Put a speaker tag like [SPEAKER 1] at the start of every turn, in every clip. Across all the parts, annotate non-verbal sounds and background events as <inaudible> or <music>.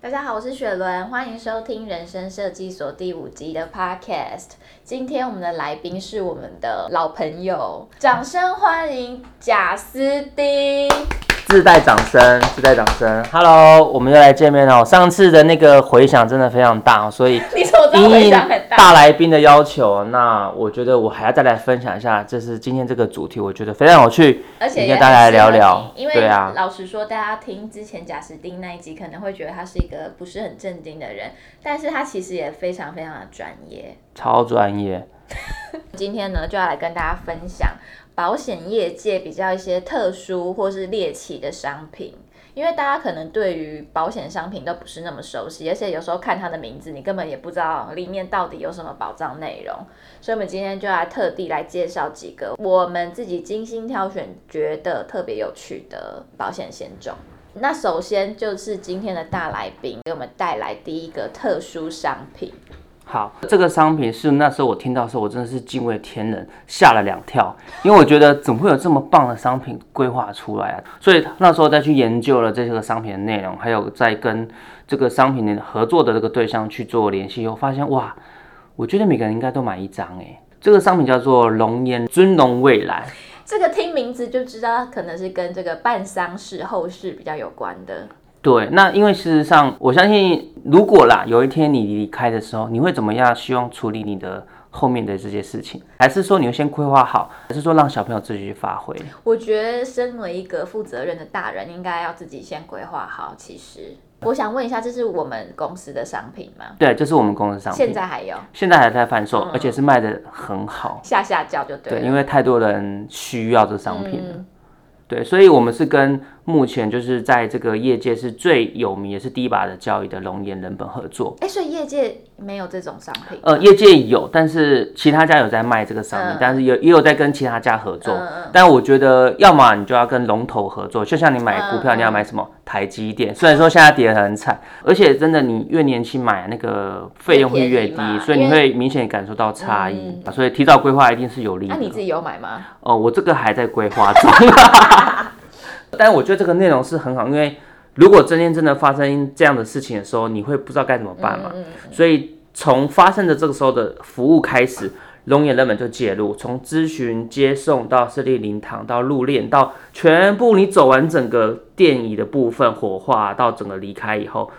[SPEAKER 1] 大家好，我是雪伦，欢迎收听人生设计所第五集的 Podcast。今天我们的来宾是我们的老朋友，掌声欢迎贾斯
[SPEAKER 2] <laughs>
[SPEAKER 1] 汀。
[SPEAKER 2] 自带掌声，自带掌声。Hello，我们又来见面哦。上次的那个回响真的非常大哦，所以
[SPEAKER 1] 你怎么知道回响很大？
[SPEAKER 2] 大来宾的要求，那我觉得我还要再来分享一下，这是今天这个主题，我觉得非常有趣。
[SPEAKER 1] 而且
[SPEAKER 2] 你
[SPEAKER 1] 也
[SPEAKER 2] 跟大家来聊聊
[SPEAKER 1] 很适合你因为
[SPEAKER 2] 对啊
[SPEAKER 1] 老实说，大家听之前贾斯汀那一集，可能会觉得他是一个不是很正经的人，但是他其实也非常非常的专业。
[SPEAKER 2] 超专业，
[SPEAKER 1] 今天呢，就要来跟大家分享保险业界比较一些特殊或是猎奇的商品。因为大家可能对于保险商品都不是那么熟悉，而且有时候看它的名字，你根本也不知道里面到底有什么保障内容。所以，我们今天就来特地来介绍几个我们自己精心挑选、觉得特别有趣的保险险种。那首先就是今天的大来宾给我们带来第一个特殊商品，
[SPEAKER 2] 好，这个商品是那时候我听到的时候，我真的是敬畏天人，吓了两跳，因为我觉得怎么会有这么棒的商品规划出来啊？所以那时候再去研究了这些个商品的内容，还有在跟这个商品的合作的这个对象去做联系以后，发现哇，我觉得每个人应该都买一张诶、这个商品叫做龙烟尊龙未来，
[SPEAKER 1] 这个听名字就知道，可能是跟这个办丧事后事比较有关的。
[SPEAKER 2] 对，那因为事实上，我相信，如果啦，有一天你离开的时候，你会怎么样？希望处理你的后面的这些事情，还是说你会先规划好，还是说让小朋友自己去发挥？
[SPEAKER 1] 我觉得身为一个负责任的大人，应该要自己先规划好。其实，我想问一下，这是我们公司的商品吗？
[SPEAKER 2] 对，这是我们公司商品，
[SPEAKER 1] 现在还有
[SPEAKER 2] 现在还在贩售，而且是卖的很好。
[SPEAKER 1] 下下叫就对
[SPEAKER 2] 对，
[SPEAKER 1] 了。
[SPEAKER 2] 因为太多人需要这商品了。
[SPEAKER 1] 嗯
[SPEAKER 2] 对，所以我们是跟目前就是在这个业界是最有名也是第一把的交易的龙岩人本合作。
[SPEAKER 1] 哎、所以业界没有这种商品。
[SPEAKER 2] 呃，业界有，但是其他家有在卖这个商品，
[SPEAKER 1] 嗯
[SPEAKER 2] 但是也也有在跟其他家合作。
[SPEAKER 1] 嗯嗯
[SPEAKER 2] 但我觉得，要么你就要跟龙头合作，就像你买股票，
[SPEAKER 1] 嗯嗯
[SPEAKER 2] 你要买什么台积电，虽然说现在跌得很惨，而且真的你越年轻买，那个费用会
[SPEAKER 1] 越
[SPEAKER 2] 越
[SPEAKER 1] 便宜嘛
[SPEAKER 2] 低，所以
[SPEAKER 1] 因
[SPEAKER 2] 你
[SPEAKER 1] 为
[SPEAKER 2] 会明显感受到差异、所以提早规划一定是有利
[SPEAKER 1] 那、
[SPEAKER 2] 的。
[SPEAKER 1] 啊你自己有买吗？
[SPEAKER 2] 哦，我这个还在规划中， <laughs> 但我觉得这个内容是很好，因为如果今天真的发生这样的事情的时候，你会不知道该怎么办嘛。所以从发生的这个时候的服务开始，龙眼人们就介入，从咨询、接送到设立灵堂，到入殓，到全部你走完整个电椅的部分，火化到整个离开以后，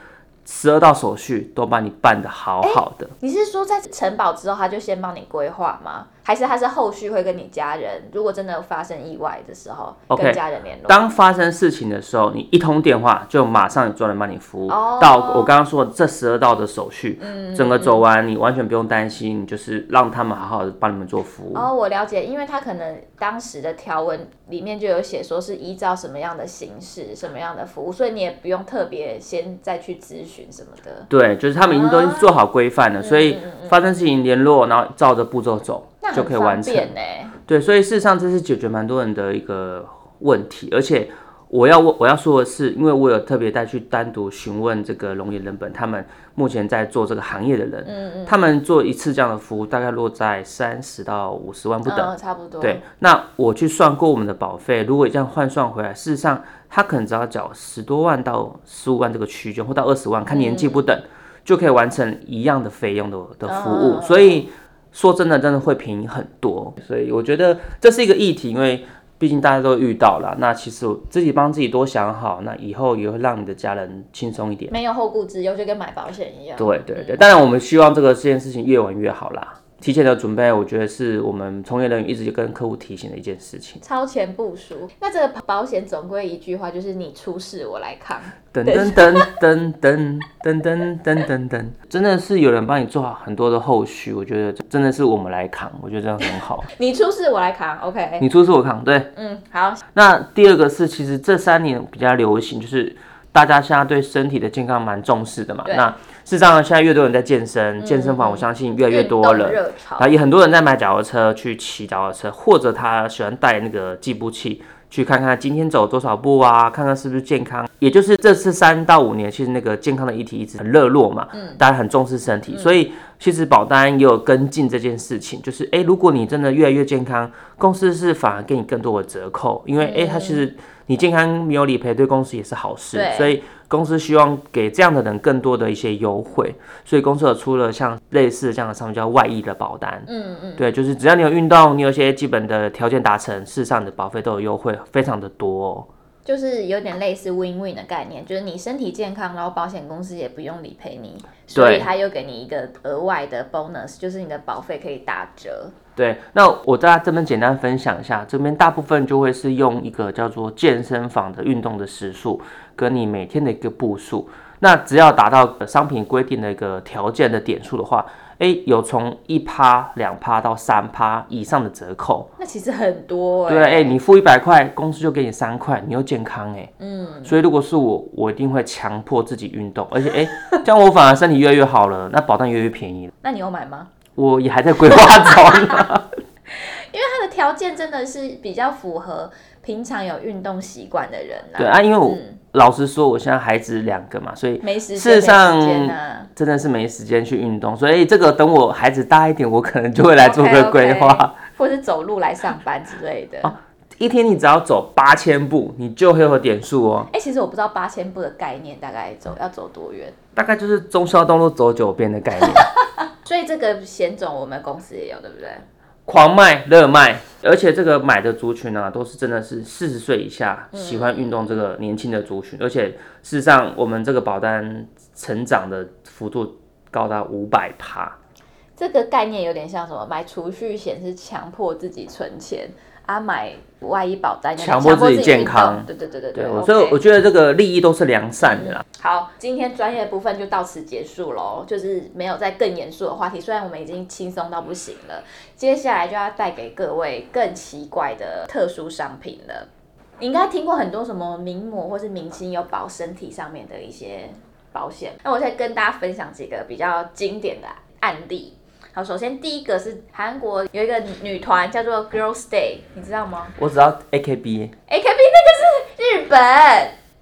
[SPEAKER 2] 十二道手续都帮你办得好好的。
[SPEAKER 1] 你是说在城堡之后他就先帮你规划吗？还是他是后续会跟你家人，如果真的发生意外的时候
[SPEAKER 2] OK，
[SPEAKER 1] 跟家人联络？
[SPEAKER 2] 当发生事情的时候，你一通电话就马上有专人帮你服务。
[SPEAKER 1] 哦嗯
[SPEAKER 2] 到我刚刚说的这十二道的手续，整个走完，你完全不用担心，你就是让他们好好的帮你们做服务。
[SPEAKER 1] 哦，我了解，因为他可能当时的条文里面就有写说是依照什么样的形式、什么样的服务，所以你也不用特别先再去咨询什么的。
[SPEAKER 2] 对，就是他们已经
[SPEAKER 1] 哦
[SPEAKER 2] 都做好规范
[SPEAKER 1] 嗯
[SPEAKER 2] 了，所以发生事情联络，然后照着步骤走
[SPEAKER 1] 那
[SPEAKER 2] 就
[SPEAKER 1] 很
[SPEAKER 2] 可以
[SPEAKER 1] 方
[SPEAKER 2] 完成。
[SPEAKER 1] 便呢、欸
[SPEAKER 2] 对，所以事实上这是解决蛮多人的一个问题，而且我要我我要说的是，因为我有特别再去单独询问这个龙岩人本他们目前在做这个行业的人，嗯嗯他们做一次这样的服务大概落在三十到五十万不等。
[SPEAKER 1] 嗯，差不多。
[SPEAKER 2] 对，那我去算过我们的保费，如果这样换算回来，事实上他可能只要缴十多万到十五万这个区间，或到二十万，看年纪不等，就可以完成一样的费用的的服务。
[SPEAKER 1] 哦
[SPEAKER 2] 所以说真的，真的会便宜很多。所以我觉得这是一个议题，因为毕竟大家都遇到了。那其实我自己帮自己多想好，那以后也会让你的家人轻松一点。
[SPEAKER 1] 没有后顾之忧，就跟买保险一样。
[SPEAKER 2] 对对对，当然我们希望这个这件事情越晚越好啦。提前的准备，我觉得是我们从业人员一直跟客户提醒的一件事情。
[SPEAKER 1] 超前部署，那这个保险总归一句话就是你出事我来扛，
[SPEAKER 2] 噔噔噔噔噔噔噔噔噔噔，真的是有人帮你做好很多的后续，我觉得这真的是我们来扛，我觉得这样很好。
[SPEAKER 1] 你出事我来扛，OK？
[SPEAKER 2] 你出是我扛，对。
[SPEAKER 1] 嗯，好，
[SPEAKER 2] 那第二个是，其实这三年比较流行，就是大家现在对身体的健康蛮重视的嘛。
[SPEAKER 1] 对
[SPEAKER 2] 那事实上，现在越多人在健身，健身房我相信越来越多
[SPEAKER 1] 运动
[SPEAKER 2] 了。
[SPEAKER 1] 热
[SPEAKER 2] 然
[SPEAKER 1] 潮
[SPEAKER 2] 后，也很多人在买脚踏车去骑脚踏车，或者他喜欢带那个计步器去看看今天走多少步啊，看看是不是健康。也就是这次三到五年，其实那个健康的议题一直很热络嘛，大家很重视身体，所以其实保单也有跟进这件事情，就是诶，如果你真的越来越健康，公司是反而给你更多的折扣，因为诶，它其实你健康没有理赔对公司也是好事
[SPEAKER 1] 对，
[SPEAKER 2] 所以公司希望给这样的人更多的一些优惠，所以公司有出了像类似这样的商品叫外溢的保单。
[SPEAKER 1] 嗯嗯，
[SPEAKER 2] 对，就是只要你有运动，你有一些基本的条件达成，事实上你的保费都有优惠，非常的多、哦。
[SPEAKER 1] 就是有点类似 win win 的概念，就是你身体健康，然后保险公司也不用理赔你，所以他又给你一个额外的 bonus，就是你的保费可以打折。
[SPEAKER 2] 对，那我大家这边简单分享一下，这边大部分就会是用一个叫做健身房的运动的时数，跟你每天的一个步数。那只要达到商品规定的一个条件的点数的话，诶，有从一趴、两趴到三趴以上的折扣。
[SPEAKER 1] 那其实很多、欸，
[SPEAKER 2] 对，诶，你付一百块，公司就给你三块，你又健康诶。
[SPEAKER 1] 嗯，
[SPEAKER 2] 所以如果是我，我一定会强迫自己运动，而且诶，这样我反而身体越来越好了，那保单越来越便宜了。
[SPEAKER 1] 那你有买吗？
[SPEAKER 2] 我也还在规划中、啊，
[SPEAKER 1] 因为它的条件真的是比较符合平常有运动习惯的人、啊。
[SPEAKER 2] 对啊，因为我、老实说，我现在孩子两个嘛，所以
[SPEAKER 1] 没时间，
[SPEAKER 2] 事实上
[SPEAKER 1] 没时间啊
[SPEAKER 2] 真的是没时间去运动，所以这个等我孩子大一点，我可能就会来
[SPEAKER 1] <laughs>
[SPEAKER 2] 做个规划。
[SPEAKER 1] OK，OK，或是走路来上班之类的。
[SPEAKER 2] 哦
[SPEAKER 1] 哎、
[SPEAKER 2] 一天你只要走八千步，你就会有点数哦，
[SPEAKER 1] 哎其实我不知道八千步的概念大概走要走多远，
[SPEAKER 2] 大概就是中消东路走九遍的
[SPEAKER 1] <laughs>
[SPEAKER 2] 概念，
[SPEAKER 1] 所以这个险种我们公司也有，对不对？
[SPEAKER 2] 狂卖热卖，而且这个买的族群呢、啊，都是真的是四十岁以下
[SPEAKER 1] 嗯
[SPEAKER 2] 喜欢运动这个年轻的族群，而且事实上我们这个保单成长的幅度高达五百趴。
[SPEAKER 1] 这个概念有点像什么？买储蓄险是强迫自己存钱，啊，买外医保单有点
[SPEAKER 2] 强迫自己
[SPEAKER 1] 运
[SPEAKER 2] 健康
[SPEAKER 1] 动对对对对
[SPEAKER 2] 对，
[SPEAKER 1] 对
[SPEAKER 2] 我
[SPEAKER 1] OK
[SPEAKER 2] 所以我觉得这个利益都是良善的啦。
[SPEAKER 1] 好，今天专业部分就到此结束喽，就是没有再更严肃的话题。虽然我们已经轻松到不行了，接下来就要带给各位更奇怪的特殊商品了。你应该听过很多什么名模或是明星有保身体上面的一些保险，那我再跟大家分享几个比较经典的案例。好，首先第一个是韩国有一个女团叫做 Girls Day，你知道吗
[SPEAKER 2] 我只要 AKB
[SPEAKER 1] ？AKB 那个是日本。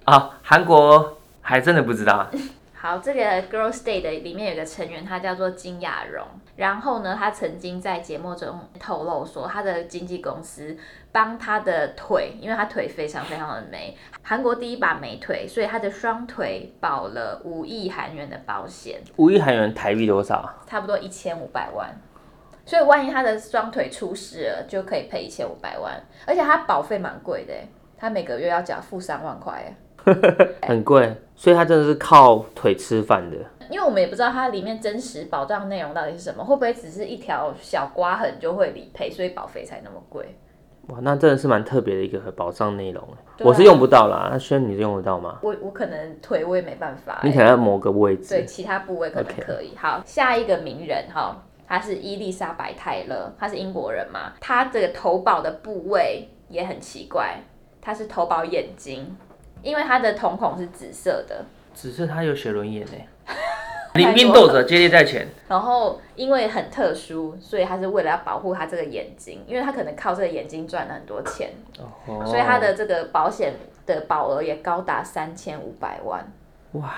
[SPEAKER 2] 啊，韩国还真的不知道。
[SPEAKER 1] 好，这个 Girls Day 的里面有个成员，她叫做金雅荣。然后呢，她曾经在节目中透露说，她的经纪公司帮她的腿，因为她腿非常非常的美，韩国第一把美腿，所以她的双腿保了五亿韩元的保险，
[SPEAKER 2] 五亿韩元台币多少？
[SPEAKER 1] 差不多一千五百万。所以万一她的双腿出事了，就可以赔一千五百万，而且她保费蛮贵的欸，她每个月要缴付三万块欸。
[SPEAKER 2] 很贵，所以他真的是靠腿吃饭的。
[SPEAKER 1] 因为我们也不知道它里面真实保障内容到底是什么，会不会只是一条小刮痕就会理赔，所以保费才那么贵？
[SPEAKER 2] 哇，那真的是蛮特别的一个保障内容、
[SPEAKER 1] 对啊
[SPEAKER 2] 我是用不到啦，那轩你用得到吗？
[SPEAKER 1] 我我可能腿我也没办法、
[SPEAKER 2] 你
[SPEAKER 1] 欸，
[SPEAKER 2] 可能要某个位
[SPEAKER 1] 哎对
[SPEAKER 2] 置，
[SPEAKER 1] 其他部位可能
[SPEAKER 2] OK
[SPEAKER 1] 可以。好，下一个名人哈，他是伊丽莎白泰勒，他是英国人嘛，他这个投保的部位也很奇怪，他是投保眼睛，因为他的瞳孔是紫色的，
[SPEAKER 2] 只是他有血轮
[SPEAKER 1] <laughs>
[SPEAKER 2] 眼诶、
[SPEAKER 1] 太多
[SPEAKER 2] 临兵斗者接力在前，
[SPEAKER 1] 然后因为很特殊，所以他是为了要保护他这个眼睛，因为他可能靠这个眼睛赚了很多钱。
[SPEAKER 2] 哦
[SPEAKER 1] 所以它的这个保险的保额也高达三千五百万，
[SPEAKER 2] 哇，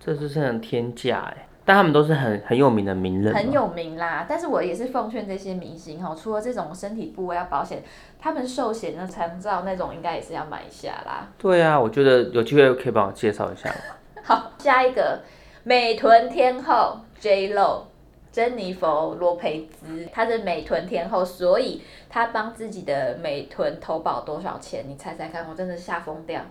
[SPEAKER 2] 这就是很天价诶、但他们都是很很有名的名人嘛，
[SPEAKER 1] 很有名啦。但是我也是奉劝这些明星哈，除了这种身体部位要保险，他们寿险呢、参照那种应该也是要买一下啦。 <laughs>
[SPEAKER 2] 对啊，我觉得有机会可以帮我介绍一下吗。
[SPEAKER 1] 好，下一个美臀天后 J Lo。珍妮佛·罗培兹，她是美臀天后，所以她帮自己的美臀投保多少钱？你猜猜看，我真的吓疯掉，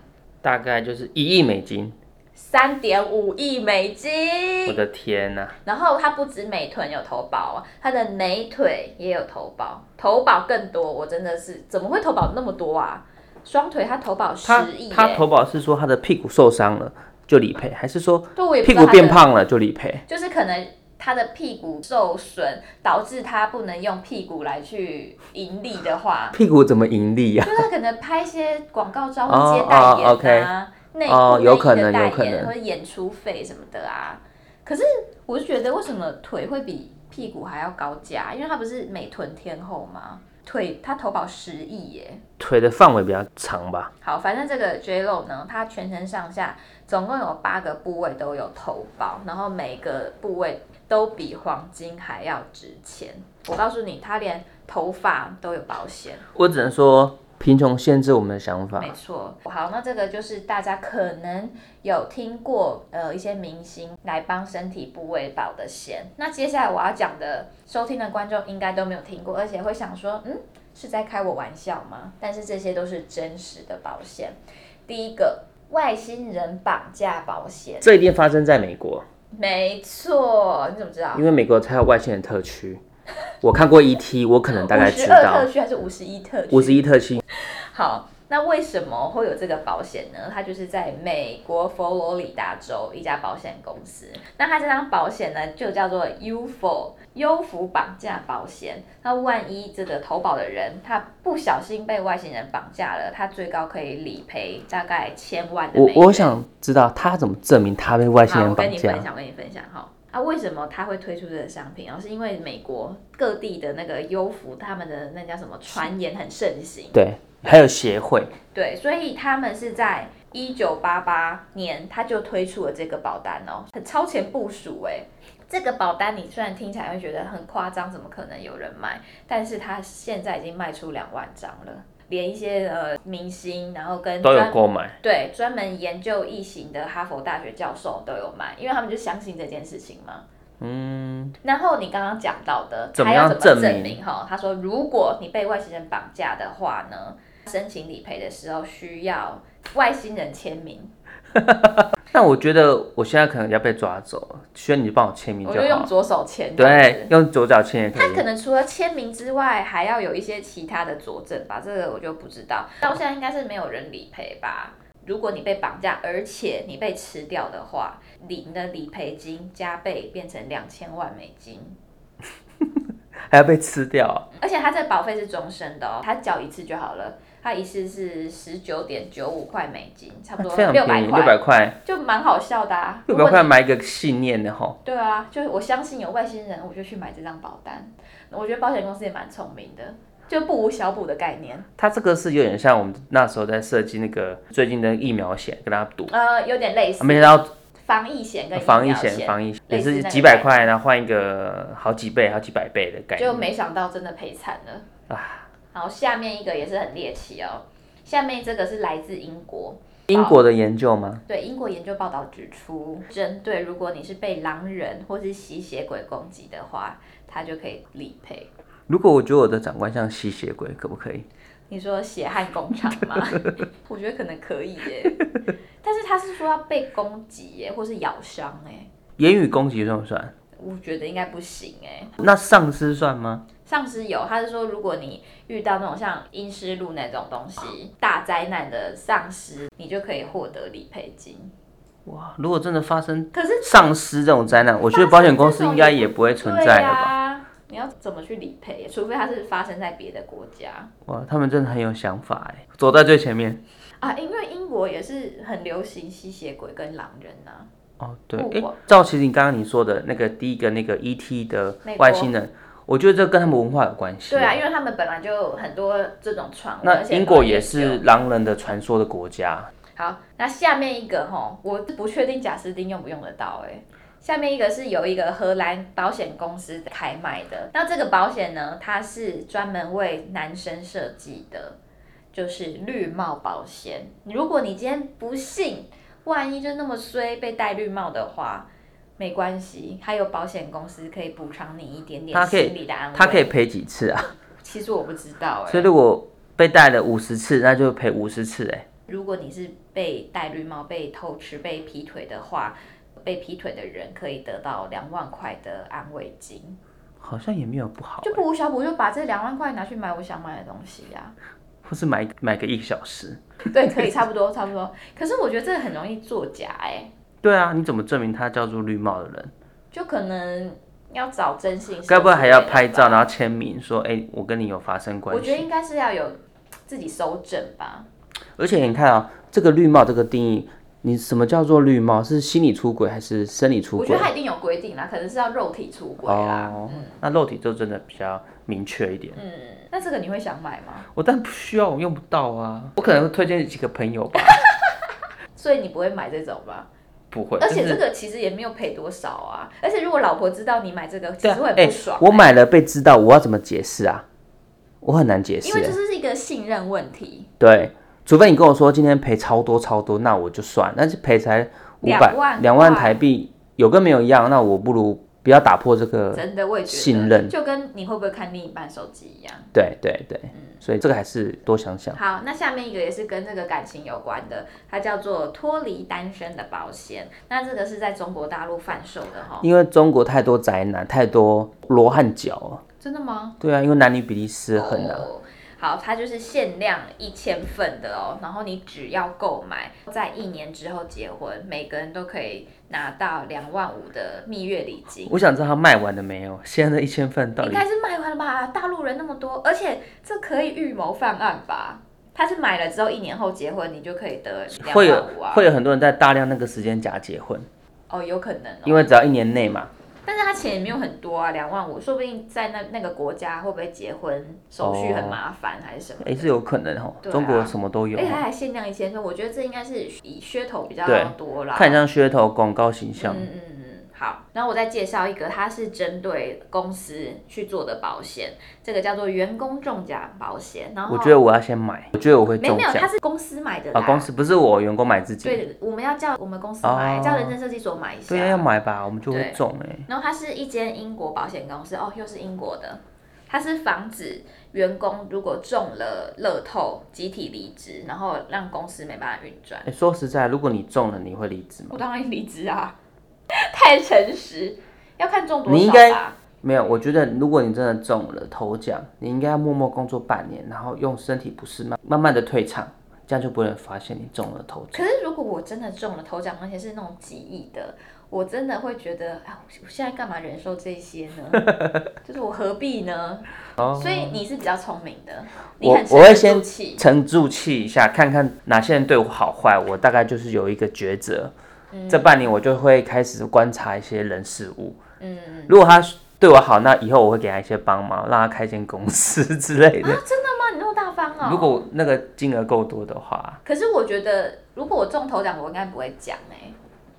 [SPEAKER 2] 大概就是一亿美金，
[SPEAKER 1] 三点五亿美金
[SPEAKER 2] 我。的天啊呐、
[SPEAKER 1] 然后它不止美臀有投保啊，它的美腿也有投保，投保更多，我真的是怎么会投保那么多啊？双腿它投保十
[SPEAKER 2] 他
[SPEAKER 1] 亿、耶
[SPEAKER 2] 他投保是说他的屁股受伤了就理赔，还是说
[SPEAKER 1] 对我也不
[SPEAKER 2] 屁
[SPEAKER 1] 知道
[SPEAKER 2] 股
[SPEAKER 1] 它的
[SPEAKER 2] 变，胖了就理赔？
[SPEAKER 1] 就是可能它的屁股受损，导致它不能用屁股来去盈利的话，
[SPEAKER 2] 屁股怎么盈利呀、 <laughs>
[SPEAKER 1] 就是它可能拍一些广告招
[SPEAKER 2] 哦
[SPEAKER 1] 募接代言
[SPEAKER 2] 哦，OK
[SPEAKER 1] 啊，内
[SPEAKER 2] 哦
[SPEAKER 1] 裤内
[SPEAKER 2] 有
[SPEAKER 1] 衣
[SPEAKER 2] 可
[SPEAKER 1] 的
[SPEAKER 2] 能
[SPEAKER 1] 代
[SPEAKER 2] 有可
[SPEAKER 1] 言
[SPEAKER 2] 能
[SPEAKER 1] 或者演出费什么的啊。可是我就觉得，为什么腿会比屁股还要高价？因为她不是美臀天后吗？腿她投保十亿耶。
[SPEAKER 2] 腿的范围比较长吧？
[SPEAKER 1] 好，反正这个 J Lo 呢，她全身上下总共有八个部位都有投保，然后每个部位都比黄金还要值钱。我告诉你，她连头发都有保险。
[SPEAKER 2] 我只能说贫穷限制我们的想法
[SPEAKER 1] 没。错，好，那这个就是大家可能有听过，呃，一些明星来帮身体部位保的险。那接下来我要讲的，收听的观众应该都没有听过，而且会想说，嗯，是在开我玩笑吗？但是这些都是真实的保险。第一个，外星人绑架保险，
[SPEAKER 2] 这一定发生在美国，
[SPEAKER 1] 没错，你怎么知道？
[SPEAKER 2] 因为美国才有外星人特区。我看过 E.T.，我可能大概
[SPEAKER 1] 五
[SPEAKER 2] 知
[SPEAKER 1] 十二
[SPEAKER 2] 道
[SPEAKER 1] 特区还是五十一特区？
[SPEAKER 2] 五十一特区。
[SPEAKER 1] 好，那为什么会有这个保险呢？它就是在美国佛罗里达州一家保险公司。那它这张保险呢，就叫做 UFO 优抚绑架保险。那万一这个投保的人他不小心被外星人绑架了，他最高可以理赔大概千万的
[SPEAKER 2] 我
[SPEAKER 1] 美元。
[SPEAKER 2] 我想知道他怎么证明他被外星
[SPEAKER 1] 好，
[SPEAKER 2] 人
[SPEAKER 1] 我跟
[SPEAKER 2] 绑
[SPEAKER 1] 你
[SPEAKER 2] 架
[SPEAKER 1] 分。享，我跟你分享哈。啊，为什么他会推出这个商品？哦，是因为美国各地的那个优抚，他们的那叫什么传言很盛行。
[SPEAKER 2] 对，还有协会。
[SPEAKER 1] 对，所以他们是在一九八八年他就推出了这个保单哦，很超前部署哎。这个保单你虽然听起来会觉得很夸张，怎么可能有人买？但是它现在已经卖出两万张了，连一些呃明星，然后跟
[SPEAKER 2] 都有
[SPEAKER 1] 专
[SPEAKER 2] 购买，
[SPEAKER 1] 对专门研究疫情的哈佛大学教授都有买，因为他们就相信这件事情嘛。
[SPEAKER 2] 嗯，
[SPEAKER 1] 然后你刚刚讲到的，
[SPEAKER 2] 怎么
[SPEAKER 1] 他要
[SPEAKER 2] 样
[SPEAKER 1] 怎么
[SPEAKER 2] 证
[SPEAKER 1] 证
[SPEAKER 2] 明
[SPEAKER 1] 明？哈，他说如果你被外星人绑架的话呢，申请理赔的时候需要外星人签名，
[SPEAKER 2] 那我觉得我现在可能要被抓走了，需要你帮我签名
[SPEAKER 1] 我
[SPEAKER 2] 就
[SPEAKER 1] 就用
[SPEAKER 2] 好。
[SPEAKER 1] 左手签。
[SPEAKER 2] 对，，用左脚签也可
[SPEAKER 1] 他可
[SPEAKER 2] 以。
[SPEAKER 1] 能除了签名之外，还要有一些其他的佐证吧，这个我就不知道。到现在应该是没有人理赔吧？如果你被绑架，而且你被吃掉的话，理你的理赔金加倍变成两千万美金。
[SPEAKER 2] 还要被吃掉，
[SPEAKER 1] 而且它这保费是终身的哦，它缴一次就好了。它一次是十九点九五块美金，差不多
[SPEAKER 2] 非常
[SPEAKER 1] 六
[SPEAKER 2] 便
[SPEAKER 1] 百
[SPEAKER 2] 宜，六百
[SPEAKER 1] 块，
[SPEAKER 2] 块，
[SPEAKER 1] 就蛮好笑的啊。
[SPEAKER 2] 六
[SPEAKER 1] 如果
[SPEAKER 2] 百块
[SPEAKER 1] 你
[SPEAKER 2] 买一个信念的吼。
[SPEAKER 1] 对啊，就是我相信有外星人，我就去买这张保单。我觉得保险公司也蛮聪明的，就不无小补的概念。
[SPEAKER 2] 它这个是有点像我们那时候在设计那个最近的疫苗险，跟它赌，
[SPEAKER 1] 呃，有点类
[SPEAKER 2] 啊
[SPEAKER 1] 似
[SPEAKER 2] 没想到
[SPEAKER 1] 防疫险跟
[SPEAKER 2] 防疫
[SPEAKER 1] 疫苗
[SPEAKER 2] 险，防疫险也
[SPEAKER 1] 类似
[SPEAKER 2] 是
[SPEAKER 1] 那个
[SPEAKER 2] 几百块，然后换一个好几倍、好几百倍的概
[SPEAKER 1] 就
[SPEAKER 2] 念。
[SPEAKER 1] 没想到真的赔惨了。
[SPEAKER 2] 啊，
[SPEAKER 1] 然后下面一个也是很猎奇哦，下面这个是来自英国，
[SPEAKER 2] 英国的研究吗？
[SPEAKER 1] 对，英国研究报道指出，针对如果你是被狼人或是吸血鬼攻击的话，它就可以理赔。
[SPEAKER 2] 如果我觉得我的长官像吸血鬼，可不可以？
[SPEAKER 1] 你说血汗工厂吗？ <laughs> 我觉得可能可以耶，但是他是说要被攻击耶，或是咬伤哎，
[SPEAKER 2] 言语攻击算不算？
[SPEAKER 1] 我觉得应该不行哎。
[SPEAKER 2] 那丧尸算吗？
[SPEAKER 1] 上次有，他是说如果你遇到那种像阴尸路那种东西，大灾难的丧尸，你就可以获得理赔金。
[SPEAKER 2] 哇，如果真的发生
[SPEAKER 1] 可是
[SPEAKER 2] 丧尸这种灾难，我觉得保险公司应该也不会存在
[SPEAKER 1] 对
[SPEAKER 2] 了
[SPEAKER 1] 呀、
[SPEAKER 2] 吧？
[SPEAKER 1] 你要怎么去理赔？除非它是发生在别的国家
[SPEAKER 2] 哇，他们真的很有想法哎，走在最前面。
[SPEAKER 1] 啊，因为英国也是很流行吸血鬼跟狼人啊呐、
[SPEAKER 2] 哦，对，
[SPEAKER 1] 不
[SPEAKER 2] 哎
[SPEAKER 1] 管，
[SPEAKER 2] 照其实你刚刚你说的那个第一个那个 E.T. 的
[SPEAKER 1] 美国
[SPEAKER 2] 外星人，我觉得这跟他们文化有关系。
[SPEAKER 1] 对啊，因为他们本来就有很多这种传闻。
[SPEAKER 2] 那
[SPEAKER 1] 而且
[SPEAKER 2] 英国
[SPEAKER 1] 很多
[SPEAKER 2] 也
[SPEAKER 1] 研究
[SPEAKER 2] 是狼人的传说的国家，
[SPEAKER 1] 好，那下面一个吼，我不确定贾斯汀用不用得到哎、下面一个是由一个荷兰保险公司开卖的，那这个保险呢，它是专门为男生设计的，就是绿帽保险。如果你今天不幸，万一就那么衰被戴绿帽的话，没关系，还有保险公司可以补偿你一点
[SPEAKER 2] 它
[SPEAKER 1] 点
[SPEAKER 2] 可以
[SPEAKER 1] 心理的安慰。
[SPEAKER 2] 他可以赔几次啊？
[SPEAKER 1] 其实我不知道哎、
[SPEAKER 2] 所以如果被带了五十次，那就赔五十次哎。
[SPEAKER 1] 如果你是被戴绿帽、被偷吃、被劈腿的话，被劈腿的人可以得到两万块的安慰金，
[SPEAKER 2] 好像也没有不好
[SPEAKER 1] 就，不无小补，就把这两万块拿去买我想买的东西呀、
[SPEAKER 2] 或是买买个一个小时。
[SPEAKER 1] 对，可以，差不多，差不多。可是我觉得这个很容易作假哎、
[SPEAKER 2] 对啊，你怎么证明他叫做绿帽的人？
[SPEAKER 1] 就可能要找真性。
[SPEAKER 2] 该不会还要拍照，？然后签名说：“哎、我跟你有发生关
[SPEAKER 1] 我觉得
[SPEAKER 2] 系
[SPEAKER 1] 应该是要有自己搜证吧。？”
[SPEAKER 2] 而且你看啊，这个绿帽这个定义，你什么叫做绿帽？是心理出轨还是生理出
[SPEAKER 1] 我觉
[SPEAKER 2] 轨
[SPEAKER 1] 得？他一定有规定啦，可能是要肉体出轨啦。
[SPEAKER 2] 哦，那肉体就真的比较明确一点。
[SPEAKER 1] 嗯那这个你会想买吗？
[SPEAKER 2] 我但不需要，我用不到啊。我可能会推荐几个朋友吧，
[SPEAKER 1] 所以你不会买这种吧？
[SPEAKER 2] 不会。
[SPEAKER 1] 而且
[SPEAKER 2] 就是
[SPEAKER 1] 这个其实也没有赔多少啊，而且如果老婆知道你买这个，其实
[SPEAKER 2] 对啊
[SPEAKER 1] 会，很
[SPEAKER 2] 哎、
[SPEAKER 1] 不爽、
[SPEAKER 2] 我买了被知道，我要怎么解释啊？我很难解释、
[SPEAKER 1] 欸因
[SPEAKER 2] 哎
[SPEAKER 1] 为这是一一个信任问题，
[SPEAKER 2] 对，除非你跟我说今天赔超多超多，那我就算，但是赔才五百
[SPEAKER 1] 两万
[SPEAKER 2] 两万台币，有跟没有一样，那我不如不要打破这个
[SPEAKER 1] 真的我也觉得
[SPEAKER 2] 信任
[SPEAKER 1] 就跟你会不会看另一半手机一样。
[SPEAKER 2] 对对对，所以这个还是多想想。
[SPEAKER 1] 好，那下面一个也是跟这个感情有关的，它叫做脱离单身的保险。那这个是在中国大陆贩售的哈、
[SPEAKER 2] 因为中国太多宅男，太多罗汉脚了。
[SPEAKER 1] 真的吗？
[SPEAKER 2] 对啊，因为男女比例失衡啊。
[SPEAKER 1] 哦好，它就是限量一千份的哦，然后你只要购买，在一年之后结婚，每个人都可以拿到两万五的蜜月礼金。
[SPEAKER 2] 我想知道他卖完了没有？现在这一千份到
[SPEAKER 1] 应
[SPEAKER 2] 底
[SPEAKER 1] 该是卖完了吧？大陆人那么多，而且这可以预谋犯案吧？他是买了之后一年后结婚，你就可以得两
[SPEAKER 2] 会有
[SPEAKER 1] 万五啊？
[SPEAKER 2] 会有很多人在大量那个时间假结婚，
[SPEAKER 1] 哦，有可能哦。
[SPEAKER 2] 因为只要一年内嘛。
[SPEAKER 1] 但是他钱也没有很多啊，两万五，说不定在那那个国家会不会结婚手续很麻烦还是什么的？
[SPEAKER 2] 哎，是有可能哦。
[SPEAKER 1] 对啊
[SPEAKER 2] 中国什么都有
[SPEAKER 1] 而且
[SPEAKER 2] 哦，
[SPEAKER 1] 他还限量一千份，我觉得这应该是以噱头比较
[SPEAKER 2] 对
[SPEAKER 1] 多啦。
[SPEAKER 2] 看像噱头、广告形象。
[SPEAKER 1] 嗯嗯嗯，好，然后我再介绍一个，它是针对公司去做的保险，这个叫做员工中奖保险。然后
[SPEAKER 2] 我觉得我要先买，我觉得我会
[SPEAKER 1] 哦没有
[SPEAKER 2] 中
[SPEAKER 1] 没有，
[SPEAKER 2] 奖
[SPEAKER 1] 它是公司买的啦。
[SPEAKER 2] 啊！公司不是我员工买自己，
[SPEAKER 1] 对，我们要叫我们公司买，
[SPEAKER 2] 哦
[SPEAKER 1] 叫人证设计所买一下。
[SPEAKER 2] 对啊，要买吧，我们就
[SPEAKER 1] 对
[SPEAKER 2] 会中哎。
[SPEAKER 1] 然后它是一间英国保险公司，哦，又是英国的，它是防止员工如果中了乐透集体离职，然后让公司没办法运转。
[SPEAKER 2] 哎，说实在，如果你中了，你会离职吗？
[SPEAKER 1] 我当然离职啊， <laughs> 太诚实，要看中多
[SPEAKER 2] 你
[SPEAKER 1] 少
[SPEAKER 2] 应
[SPEAKER 1] 吧。
[SPEAKER 2] 没有，我觉得如果你真的中了头奖，你应该要默默工作半年，然后用身体不适慢慢慢的退场，这样就不会有人发现你中了头奖。
[SPEAKER 1] 可是如果我真的中了头奖，而且是那种几亿的，我真的会觉得，哎，我我现在干嘛忍受这些呢？ <laughs> 就是我何必呢？所以你是比较聪明的，你
[SPEAKER 2] 哦我
[SPEAKER 1] 很
[SPEAKER 2] 我会
[SPEAKER 1] 沉得住
[SPEAKER 2] 先
[SPEAKER 1] 气
[SPEAKER 2] 沉住气一下，看看哪些人对我好坏，我大概就是有一个抉择。
[SPEAKER 1] 嗯
[SPEAKER 2] 这半年我就会开始观察一些人事物。嗯，如果他对我好，那以后我会给他一些帮忙，让他开间公司之类的。
[SPEAKER 1] 啊！真的吗？你那么大方哦。
[SPEAKER 2] 如果那个金额够多的话，
[SPEAKER 1] 可是我觉得，如果我中头奖，我应该不会讲哎、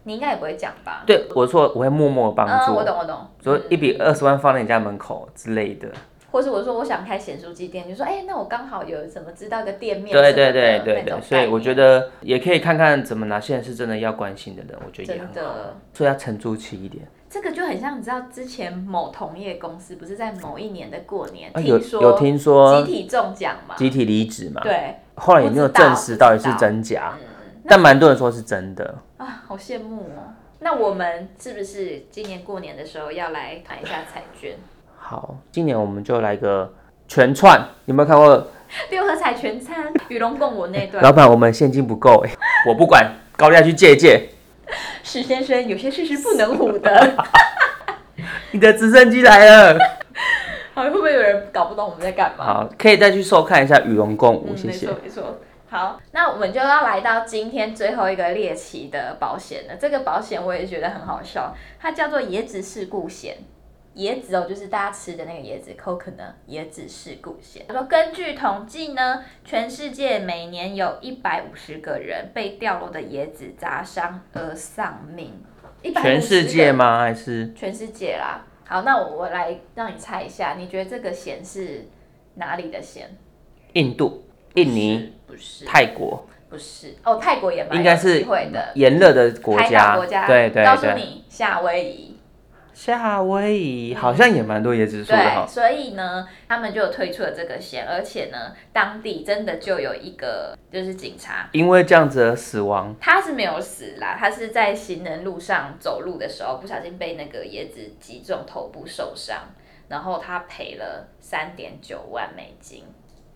[SPEAKER 1] 你应该也不会讲吧？
[SPEAKER 2] 对我说我会默默地帮
[SPEAKER 1] 嗯，
[SPEAKER 2] 助
[SPEAKER 1] 我，懂我懂。
[SPEAKER 2] 说一笔二十万放在你家门口之类的。
[SPEAKER 1] 或是我说我想开显书机店，就说哎、那我刚好有什么知道个店面什么
[SPEAKER 2] 对
[SPEAKER 1] 的，
[SPEAKER 2] 对对对
[SPEAKER 1] 那种
[SPEAKER 2] 对，所以我觉得也可以看看怎么哪些人是真的要关心的人，我觉
[SPEAKER 1] 概念
[SPEAKER 2] 得也
[SPEAKER 1] 真
[SPEAKER 2] 很好。
[SPEAKER 1] 的。
[SPEAKER 2] 所以要沉住气一点。
[SPEAKER 1] 这个就很像，你知道之前某同业公司不是在某一年的过年、
[SPEAKER 2] 啊、有
[SPEAKER 1] 听说
[SPEAKER 2] 有听说
[SPEAKER 1] 集体中奖嘛？
[SPEAKER 2] 集体离职嘛？
[SPEAKER 1] 对
[SPEAKER 2] 后来也没有证实到底
[SPEAKER 1] 不
[SPEAKER 2] 是
[SPEAKER 1] 知道嗯
[SPEAKER 2] 真假，但蛮多人说是真的。
[SPEAKER 1] 啊，好羡慕哦。那我们是不是今年过年的时候要来谈一下彩券？ <laughs>
[SPEAKER 2] 好，今年我们就来个全串，有没有看过？
[SPEAKER 1] 六合彩全餐与龙共舞那段，
[SPEAKER 2] 老板，我们现金不够哎、我不管，高利贷去借一借。
[SPEAKER 1] 史先生有些事是不能唬的。 <laughs>
[SPEAKER 2] 你的直升机来了， <laughs>
[SPEAKER 1] 好，会不会有人搞不懂我们在干嘛？
[SPEAKER 2] 好，可以再去收看一下《与龙共舞》，
[SPEAKER 1] 嗯，
[SPEAKER 2] 谢
[SPEAKER 1] 没
[SPEAKER 2] 谢
[SPEAKER 1] 错。没错。好，那我们就要来到今天最后一个猎奇的保险了。这个保险我也觉得很好笑，它叫做椰子事故险。椰子哦，就是大家吃的那个椰子 （coconut） 椰子事故险。他说，根据统计呢，全世界每年有一百五十个人被掉落的椰子砸伤而丧命。150
[SPEAKER 2] 全世界
[SPEAKER 1] 个
[SPEAKER 2] 吗？还是
[SPEAKER 1] 全世界啦。好，那我我来让你猜一下，你觉得这个险是哪里的险？
[SPEAKER 2] 印度、印尼、
[SPEAKER 1] 不是，
[SPEAKER 2] 泰国？
[SPEAKER 1] 不是哦，泰国也蛮有
[SPEAKER 2] 应该是
[SPEAKER 1] 机会的，
[SPEAKER 2] 炎热的国
[SPEAKER 1] 海岛
[SPEAKER 2] 家，
[SPEAKER 1] 国家
[SPEAKER 2] 对对
[SPEAKER 1] 告诉
[SPEAKER 2] 对，
[SPEAKER 1] 你夏威夷，
[SPEAKER 2] 夏威夷好像也蛮多椰子树的
[SPEAKER 1] 对，
[SPEAKER 2] 哈。
[SPEAKER 1] 所以呢，他们就有推出了这个险，而且呢，当地真的就有一个就是警察。
[SPEAKER 2] 因为这样子而死亡，
[SPEAKER 1] 他是没有死啦，他是在行人路上走路的时候不小心被那个椰子击中头部受伤，然后他赔了三点九万美金，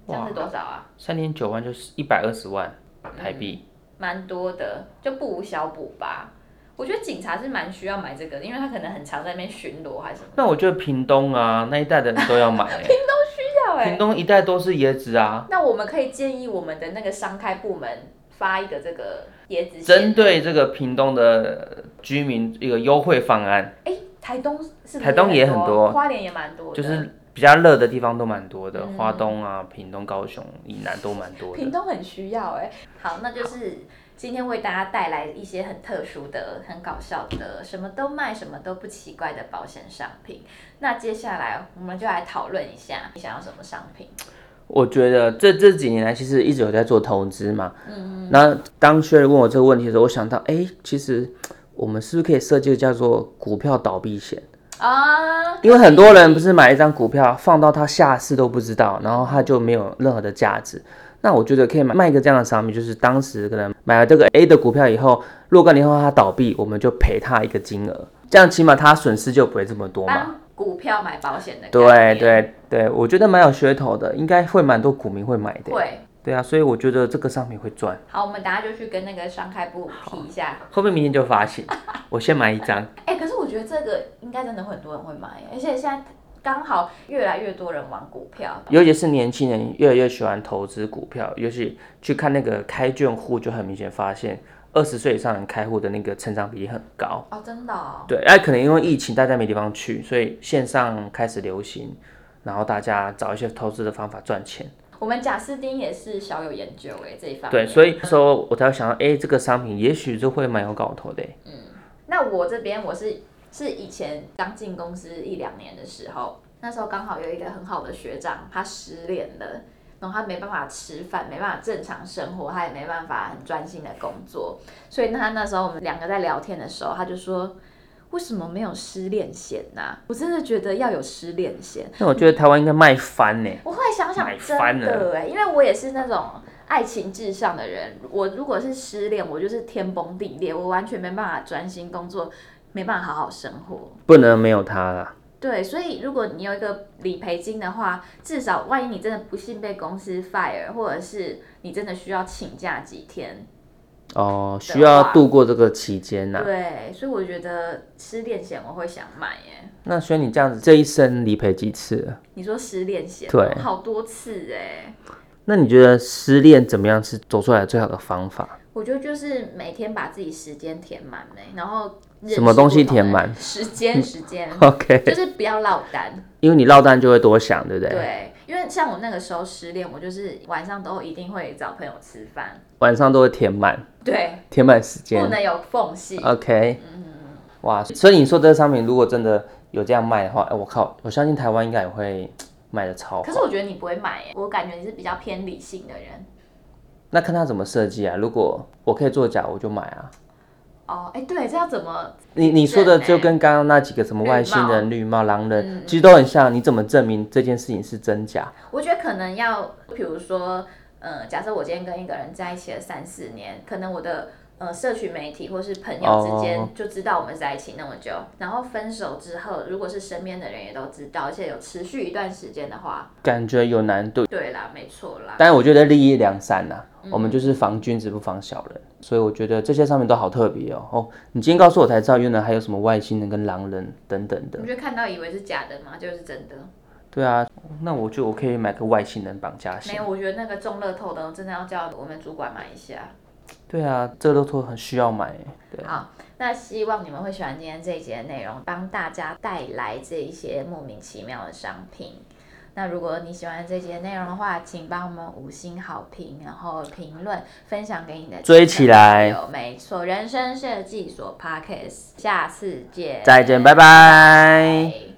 [SPEAKER 1] 这样是多少啊？
[SPEAKER 2] 三点九万就是一百二十万台
[SPEAKER 1] 嗯
[SPEAKER 2] 币。
[SPEAKER 1] 蛮多的，就不无小补吧。我觉得警察是蛮需要买这个的，因为他可能很常在那边巡逻还是什么。
[SPEAKER 2] 那我觉得屏东啊那一带的人都要
[SPEAKER 1] <laughs>
[SPEAKER 2] 买、欸，
[SPEAKER 1] 要哎、
[SPEAKER 2] 屏东一带都是椰子啊，
[SPEAKER 1] 那我们可以建议我们的那个商开部门发一个这个椰子
[SPEAKER 2] 针
[SPEAKER 1] 险。
[SPEAKER 2] 对这个屏东的居民一个优惠方案，
[SPEAKER 1] 哎、台东是不是
[SPEAKER 2] 台东也很多
[SPEAKER 1] 多，啊花莲也蛮多的，
[SPEAKER 2] 就是比较热的地方都蛮多
[SPEAKER 1] 嗯
[SPEAKER 2] 的，花东啊、屏东、高雄以南都蛮多的
[SPEAKER 1] 屏。东很需要哎、好，那就是今天为大家带来一些很特殊的、很搞笑的，什么都卖、什么都不奇怪的保险商品。那接下来我们就来讨论一下，你想要什么商品？
[SPEAKER 2] 我觉得这这几年来其实一直有在做投资嘛，嗯那当薛人问我这个问题的时候，我想到，哎，其实我们是不是可以设计个叫做股票倒闭险？
[SPEAKER 1] 啊，
[SPEAKER 2] 因为很多人不是买一张股票放到他下市都不知道，然后它就没有任何的价值。那我觉得可以买卖一个这样的商品，就是当时可能买了这个 A 的股票以后，若干年后它倒闭，我们就赔他一个金额，这样起码他损失就不会这么多嘛。
[SPEAKER 1] 帮股票买保险的，
[SPEAKER 2] 对，对对，我觉得蛮有噱头的，应该会蛮多股民会买的。
[SPEAKER 1] 会。
[SPEAKER 2] 对啊，所以我觉得这个商品会赚。
[SPEAKER 1] 好，我们等下就去跟那个商开部提一下。
[SPEAKER 2] 后面明天就发行， <laughs> 我先买一张。
[SPEAKER 1] 哎、可是我觉得这个应该真的会很多人会买，而且现在刚好越来越多人玩股票。
[SPEAKER 2] 尤其是年轻人越来越喜欢投资股票，尤其去看那个开券户，就很明显发现二十岁以上人开户的那个成长比例很高。
[SPEAKER 1] 哦，真的、哦，
[SPEAKER 2] 对，哎、可能因为疫情大家没地方去，所以线上开始流行，然后大家找一些投资的方法赚钱。
[SPEAKER 1] 我们贾斯汀也是小有研究哎、这一方面。
[SPEAKER 2] 对，所以那时候我才会想到，哎、这个商品也许就会蛮有搞头的。欸
[SPEAKER 1] 那我这边我是是以前刚进公司一两年的时候，那时候刚好有一个很好的学长，他失恋了，然后他没办法吃饭，没办法正常生活，他也没办法很专心的工作，所以他那时候我们两个在聊天的时候，他就说。为什么没有失恋险呐、我真的觉得要有失恋险。
[SPEAKER 2] 那我觉得台湾应该卖翻呢。欸
[SPEAKER 1] 我后来想想
[SPEAKER 2] 买，翻
[SPEAKER 1] 真的哎、因为我也是那种爱情至上的人。我如果是失恋，我就是天崩地裂，我完全没办法专心工作，没办法好好生活。
[SPEAKER 2] 不能没有它啦。
[SPEAKER 1] 对，所以如果你有一个理赔金的话，至少万一你真的不幸被公司 fire，或者是你真的需要请假几天，
[SPEAKER 2] 哦，需要度过这个期间呐、
[SPEAKER 1] 对，所以我觉得失恋险我会想买耶。
[SPEAKER 2] 那所以你这样子这一生理赔几次了？
[SPEAKER 1] 你说失恋险，
[SPEAKER 2] 对
[SPEAKER 1] 好多次哎。
[SPEAKER 2] 那你觉得失恋怎么样是走出来最好的方法？
[SPEAKER 1] 我觉得就是每天把自己时间填满呗，然后认识
[SPEAKER 2] 什么东西填满，
[SPEAKER 1] 不同的人？欸时间，时间
[SPEAKER 2] OK， <laughs>
[SPEAKER 1] 就是不要落单。
[SPEAKER 2] 因为你落单就会多想，对不对？
[SPEAKER 1] 嗯对，因为像我那个时候失恋，我就是晚上都一定会找朋友吃饭，
[SPEAKER 2] 晚上都会填满，
[SPEAKER 1] 对，
[SPEAKER 2] 填满时
[SPEAKER 1] 不
[SPEAKER 2] 间。
[SPEAKER 1] 能嗯有缝隙。
[SPEAKER 2] 呃 OK，哇，所以你说这个商品如果真的有这样卖的话，哎、我靠，我相信台湾应该也会嘖卖的超好
[SPEAKER 1] 可。是我觉得你不会买耶，欸我感觉你是比较偏理性的人。
[SPEAKER 2] 那看他怎么设计啊？如果我可以作假，我就买啊。
[SPEAKER 1] 哦，哎，对，这要怎么？
[SPEAKER 2] 你你说的
[SPEAKER 1] 对
[SPEAKER 2] 就跟刚刚那几个什么
[SPEAKER 1] 绿
[SPEAKER 2] 外星
[SPEAKER 1] 帽嗯
[SPEAKER 2] 人、绿帽、狼人，其实都很像。你怎么证明这件事情是真假？
[SPEAKER 1] 我觉得可能要，比如说，呃，假设我今天跟一个人在一起了三四年，可能我的呃社群媒体或是朋友之
[SPEAKER 2] 哦
[SPEAKER 1] 间就知道我们在一起那么久，然后分手之后，如果是身边的人也都知道，而且有持续一段时间的话，
[SPEAKER 2] 感觉有难度。
[SPEAKER 1] 对啦，没错啦。
[SPEAKER 2] 但是我觉得利益良善呐、我们就是防君子不防小人，
[SPEAKER 1] 嗯
[SPEAKER 2] 所以我觉得这些商品都好特别哦。哦，你今天告诉我才知道，原来还有什么外星人跟狼人等等的。
[SPEAKER 1] 你就看到以为是假的嘛，就是真的。
[SPEAKER 2] 对啊，那我就我可以买个外星人绑架
[SPEAKER 1] 没
[SPEAKER 2] 险。
[SPEAKER 1] 有，我觉得那个中乐透的真的要叫我们主管买一下。
[SPEAKER 2] 对啊，这个都托很需要买耶。对，
[SPEAKER 1] 好，那希望你们会喜欢今天这一节的内容，帮大家带来这一些莫名其妙的商品。那如果你喜欢这节内容的话，请帮我们五星好评，然后评论分享给你的
[SPEAKER 2] 追起来
[SPEAKER 1] 亲朋好友。没错，人生设计所 Podcast，下次见，
[SPEAKER 2] 再见，拜拜
[SPEAKER 1] 拜